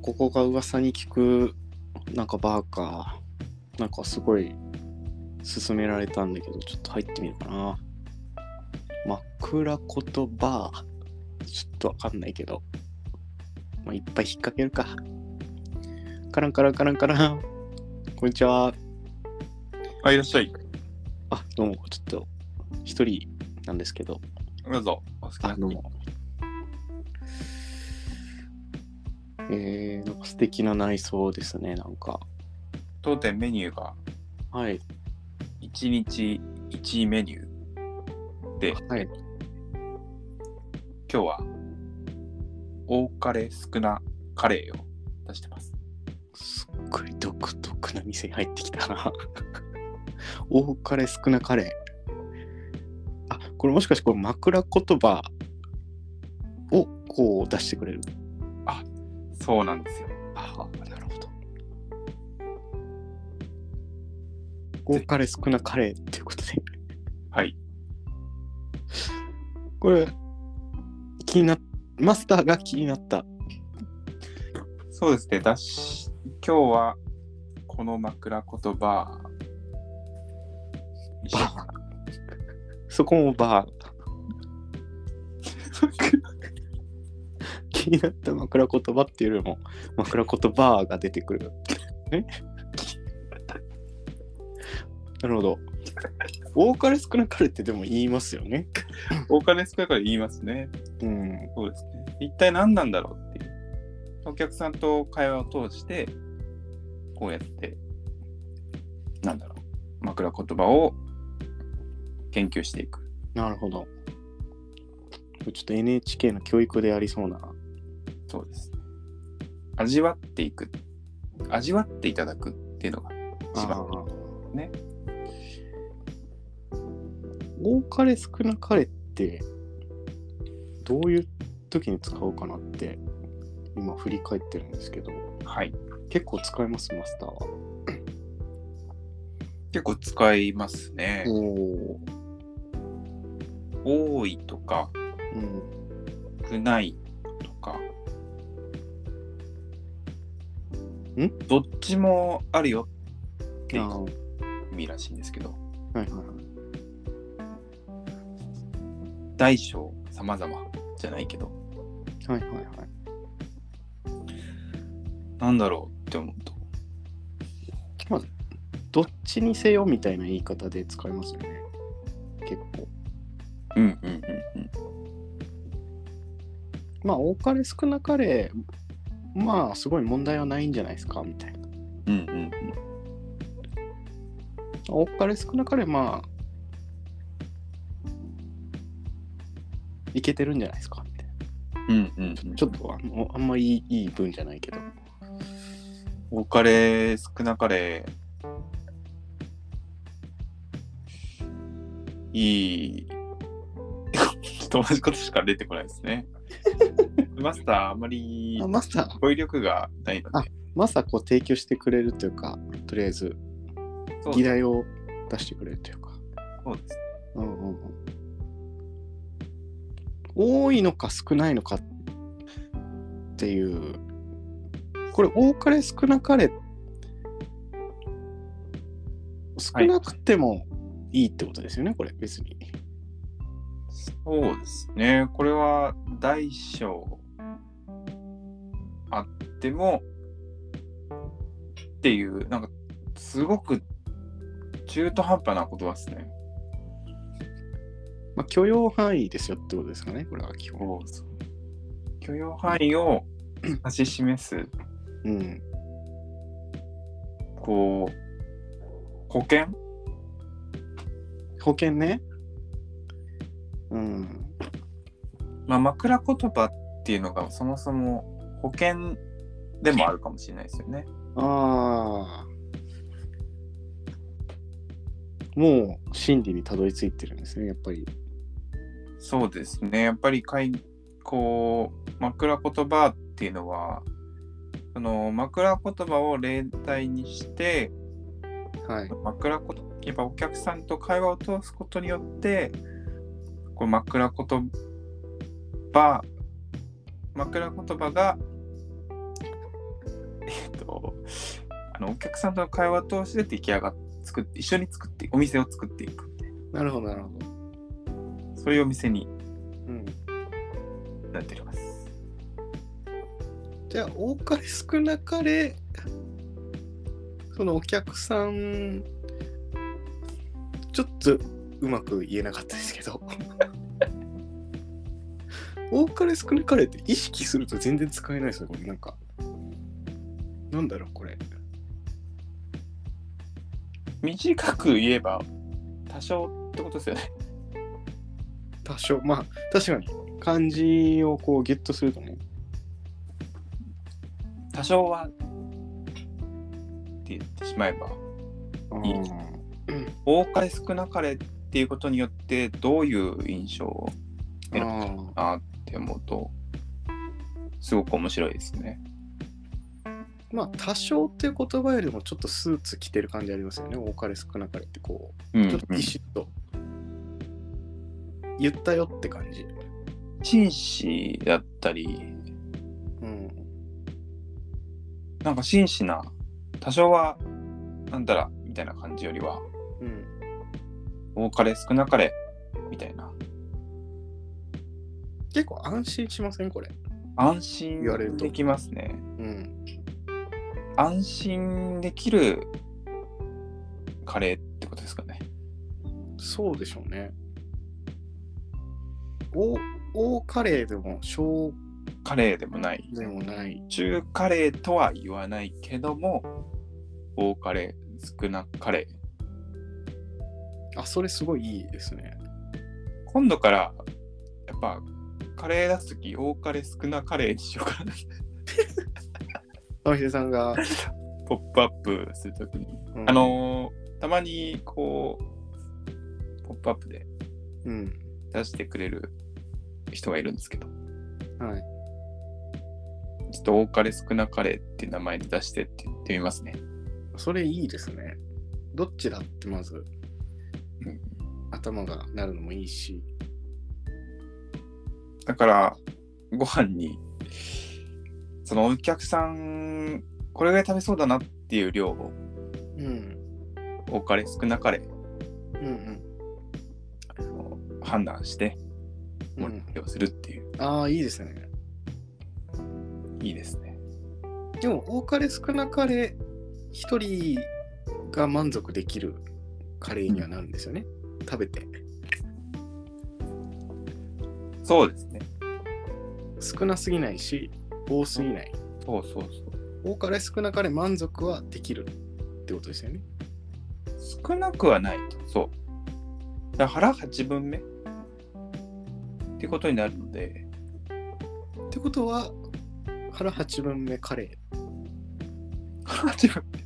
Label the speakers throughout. Speaker 1: ここが噂に聞くなんかバーかなんかすごい勧められたんだけどちょっと入ってみようかな枕言バーちょっとわかんないけど、まあ、いっぱい引っ掛けるかカランカランカランカランこんにちは
Speaker 2: あ、いらっしゃい。
Speaker 1: あどうもちょっと一人なんですけど
Speaker 2: どうぞ。お好きな
Speaker 1: あの、えー、なんか素敵な内装ですね、なんか。
Speaker 2: 当店メニューが
Speaker 1: はい、
Speaker 2: 1日1メニューで、
Speaker 1: はい。
Speaker 2: 今日は多かれ少なカレーを出してます。
Speaker 1: すっごい独特な店に入ってきた な。多カレ少なカレー。あ、これもしかしてこれ枕言葉をこう出してくれる。
Speaker 2: そうなんですよ。
Speaker 1: ああ、なるほど。多カレ少なカレーっていうことで。
Speaker 2: はい。
Speaker 1: これ、気になっ、マスターが気になった。
Speaker 2: そうですね。だし、今日はこの枕言葉。一緒に
Speaker 1: バー。そこもバー。 気になった枕言葉っていうよりも、枕言葉が出てくる。えなるほど。多かれ少なかれってでも言いますよね。
Speaker 2: 多かれ少なカレー言いますね。
Speaker 1: うん。
Speaker 2: そうですね。一体何なんだろうっていう。お客さんと会話を通して、こうやって、なんだろう、枕言葉を研究していく。
Speaker 1: なるほど。ちょっと NHK の教育でありそうな。
Speaker 2: そうです。味わっていく。味わっていただくっていうのが一番。
Speaker 1: ー
Speaker 2: ね。
Speaker 1: 多かれ少なかれって、どういう時に使うかなって、今振り返ってるんですけど、
Speaker 2: はい。
Speaker 1: 結構使います、マスターは。
Speaker 2: 結構使いますね。
Speaker 1: おー
Speaker 2: 多いとか、
Speaker 1: うん。
Speaker 2: 少ないとか。
Speaker 1: ん
Speaker 2: どっちもあるよっていう
Speaker 1: あー
Speaker 2: 意味らしいんですけど。
Speaker 1: はいはいはい。
Speaker 2: 大小様々じゃないけど
Speaker 1: はいはいはい。
Speaker 2: なんだろうって思うと
Speaker 1: まあ、どっちにせよみたいな言い方で使いますよね。結構。
Speaker 2: うんうんうんうん
Speaker 1: まあ、多かれ少なかれ、まあ、すごい問題はないんじゃないですか、みたいな。
Speaker 2: うんうん
Speaker 1: 多かれ少なかれ、まあ、いけてるんじゃないですか、みたいな。
Speaker 2: うんうんうん
Speaker 1: ちょっとあのあんまりいいいい文じゃないけど。
Speaker 2: 多かれ少なかれいい ちょっと同じことしか出てこないです ねマスターあんまり
Speaker 1: あマスター、
Speaker 2: 語彙力がないので
Speaker 1: マスターこう提供してくれるというか、とりあえず
Speaker 2: そう
Speaker 1: 議題を出してくれるというか。
Speaker 2: そうです
Speaker 1: うんうんうん多いのか少ないのかっていうこれ多かれ少なかれ少
Speaker 2: い
Speaker 1: なくてもいいってことですよね、これ別に
Speaker 2: そうですね。これは大小あってもっていう、なんかすごく中途半端なことですね。
Speaker 1: まあ許容範囲ですよってことですかねこれは基本
Speaker 2: 許容範囲を指し示す、
Speaker 1: うん
Speaker 2: こう、保険
Speaker 1: 保険ねうん
Speaker 2: まあ、枕言葉っていうのがそもそも保険でもあるかもしれないですよね。
Speaker 1: ああもう真理にたどり着いてるんですねやっぱり
Speaker 2: そうですね。やっぱりかいこう枕言葉っていうのはその枕言葉を例題にして
Speaker 1: はい
Speaker 2: 枕言やっぱお客さんと会話を通すことによってこう枕言葉枕言葉がえっと、あのお客さんとの会話を通して出来上がっ作って一緒に作ってお店を作っていくみたいな
Speaker 1: なるほど、なるほど。
Speaker 2: そういうお店に
Speaker 1: うん。
Speaker 2: なっております
Speaker 1: じゃあ、多かれ少なかれ、そのお客さん、ちょっとうまく言えなかったですけど、 多かれ少なかれって意識すると全然使えないですよ、これ。なんか、なんだろう、これ。
Speaker 2: 短く言えば多少ってことですよね
Speaker 1: 多少、まあ、確かに、漢字をこうゲットするとね、
Speaker 2: 多少はって言ってしまえばいい多かれ少なかれっていうことによってどういう印象を
Speaker 1: あーあー
Speaker 2: あーって思うとすごく面白いですね
Speaker 1: まあ多少っていう言葉よりもちょっとスーツ着てる感じありますよね多かれ少なかれってこ
Speaker 2: うん
Speaker 1: うちょっとビシッと言ったよって感じ
Speaker 2: 紳士だったり
Speaker 1: うん
Speaker 2: なんか真摯な多少はなんだらみたいな感じよりは
Speaker 1: うん
Speaker 2: 多かれ少なかれみたいな
Speaker 1: 結構安心しませんこれ
Speaker 2: 安心
Speaker 1: 言われると
Speaker 2: できますね
Speaker 1: うん
Speaker 2: 安心できるカレーってことですかね
Speaker 1: そうでしょうねお多かれでも小
Speaker 2: カレーでもない
Speaker 1: でもない
Speaker 2: 中カレーとは言わないけども多カレー少なカレー
Speaker 1: あそれすごいいいですね
Speaker 2: 今度からやっぱカレー出す時多カレー少なカレーにしようかな
Speaker 1: 川秀さんが、
Speaker 2: ポップアップする時に
Speaker 1: うん
Speaker 2: あのーたまにこうポップアップで
Speaker 1: うん
Speaker 2: 出してくれる人がいるんですけど
Speaker 1: はい
Speaker 2: ちょっと多カレー少なカレーっていう名前で出してって言ってみますね
Speaker 1: それいいですね。どっちだってまず
Speaker 2: うん、
Speaker 1: 頭がなるのもいいし。
Speaker 2: だからご飯にそのお客さんこれぐらい食べそうだなっていう量を
Speaker 1: うん。
Speaker 2: 多かれ少なかれ
Speaker 1: うんうん。
Speaker 2: あの判断して盛り付けをするっていう、
Speaker 1: ああ、いいですね。
Speaker 2: いいですね
Speaker 1: でも、多かれ少なかれ、一人が満足できるカレーにはなるんですよね。食べて。
Speaker 2: そうですね
Speaker 1: 少なすぎないし、多すぎない。
Speaker 2: そうそうそう
Speaker 1: 多かれ少なかれ満足はできるってことですよね。
Speaker 2: 少なくはないとそうだから腹8分目ってことになるので
Speaker 1: ってことは、腹8分目カレ
Speaker 2: 腹8分目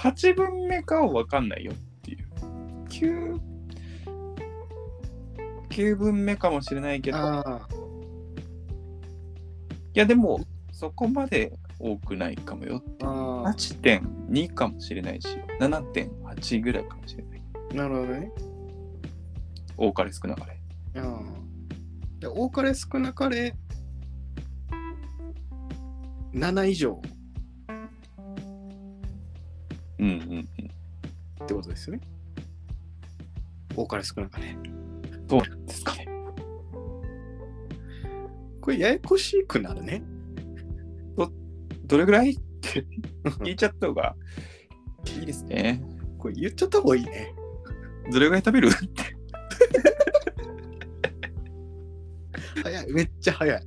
Speaker 2: 8分目かを分かんないよっていう9 9分目かもしれないけ
Speaker 1: ー。
Speaker 2: ど
Speaker 1: ああ、
Speaker 2: いやでもそこまで多くないかもよ
Speaker 1: ああ、
Speaker 2: 8.2かもしれないし7.8ぐらいかもしれない
Speaker 1: なるほどね。
Speaker 2: 多かれ少なかれ
Speaker 1: うんで多かれ少なかれ7以上
Speaker 2: うんうん
Speaker 1: ってことですよね。多かれ少なかれ。
Speaker 2: うんどうなんですかね
Speaker 1: これややこしくなるね。
Speaker 2: どれぐらいって聞いちゃった方がいいですね
Speaker 1: これ言っちゃった方がいいね。
Speaker 2: どれぐらい食べる
Speaker 1: 早い、めっちゃ早い。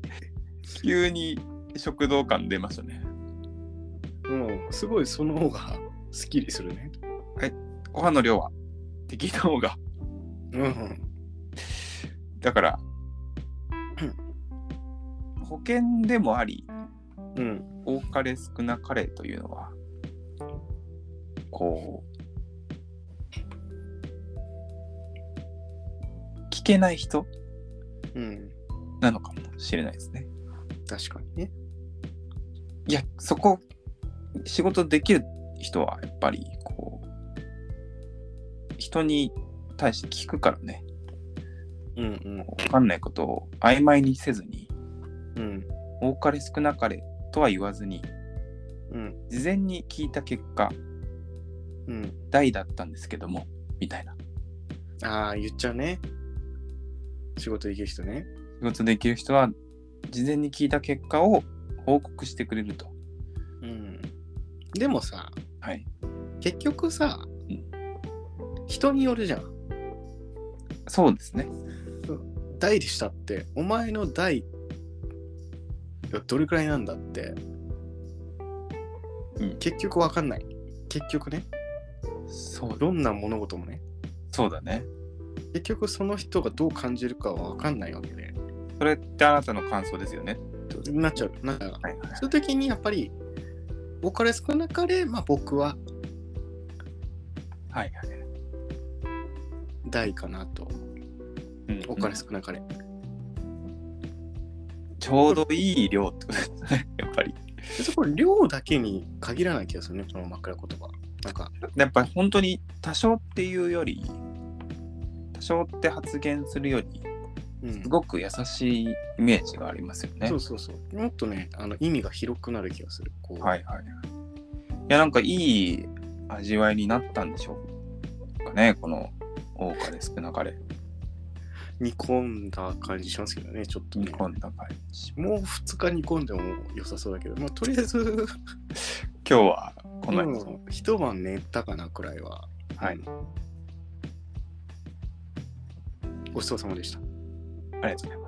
Speaker 2: 急に食堂感出ましたね
Speaker 1: うん、すごいその方がスッキリするね。
Speaker 2: ご飯の量はって聞いた方が
Speaker 1: うん。
Speaker 2: だから
Speaker 1: うん
Speaker 2: 保険でもあり
Speaker 1: うん。
Speaker 2: 多かれ少なかれというのはこう聞けない人
Speaker 1: うん。
Speaker 2: なのかもしれないですね
Speaker 1: 確かにね。
Speaker 2: いやそこ仕事できる人はやっぱりこう人に対して聞くからね
Speaker 1: うん
Speaker 2: 分かんないことを曖昧にせずに
Speaker 1: うん。うん。
Speaker 2: 多かれ少なかれとは言わずに
Speaker 1: うん。
Speaker 2: 事前に聞いた結果
Speaker 1: うん。
Speaker 2: 大だったんですけどもみたいな
Speaker 1: ああ、言っちゃうね。仕事行ける人ね。
Speaker 2: 仕事できる人は事前に聞いた結果を報告してくれると
Speaker 1: うん。でもさ、
Speaker 2: はい
Speaker 1: 結局さ、
Speaker 2: ん
Speaker 1: 人によるじゃん。
Speaker 2: そうですね
Speaker 1: 代でしたって、お前の代がどれくらいなんだって、
Speaker 2: うん
Speaker 1: 結局わかんない。結局ね、
Speaker 2: そう
Speaker 1: どんな物事もね、
Speaker 2: そうだね
Speaker 1: 結局その人がどう感じるかはわかんないわけで、
Speaker 2: それってあなたの感想ですよね
Speaker 1: なっちゃう。なんか
Speaker 2: はいはい
Speaker 1: そういう時にやっぱり、多かれ少なかれ、まあ、僕は
Speaker 2: はいはい
Speaker 1: 大かなと、
Speaker 2: うん
Speaker 1: 多かれ少なかれ。
Speaker 2: ちょうどいい量ってことですね やっぱり
Speaker 1: でそこ、量だけに限らない気がするね、この枕言葉。なんか、
Speaker 2: やっぱ本当に多少っていうより多少って発言するより
Speaker 1: うん
Speaker 2: すごく優しいイメージがありますよね
Speaker 1: そうそうそう。もっとね、あの意味が広くなる気がする。こう
Speaker 2: はいはい。いや、なんかいい味わいになったんでしょうかね、この多かれ少なかれ、
Speaker 1: 煮込んだ感じしますけどね、ちょっと
Speaker 2: 煮
Speaker 1: ね。
Speaker 2: 込んだ感じ。
Speaker 1: もう2日煮込んでも良さそうだけど、まあ、とりあえず、
Speaker 2: 今日はこんな
Speaker 1: う
Speaker 2: に、
Speaker 1: ん一晩寝たかなくらいは。
Speaker 2: はい
Speaker 1: うん。ごちそうさまでした。
Speaker 2: ありがとうございます。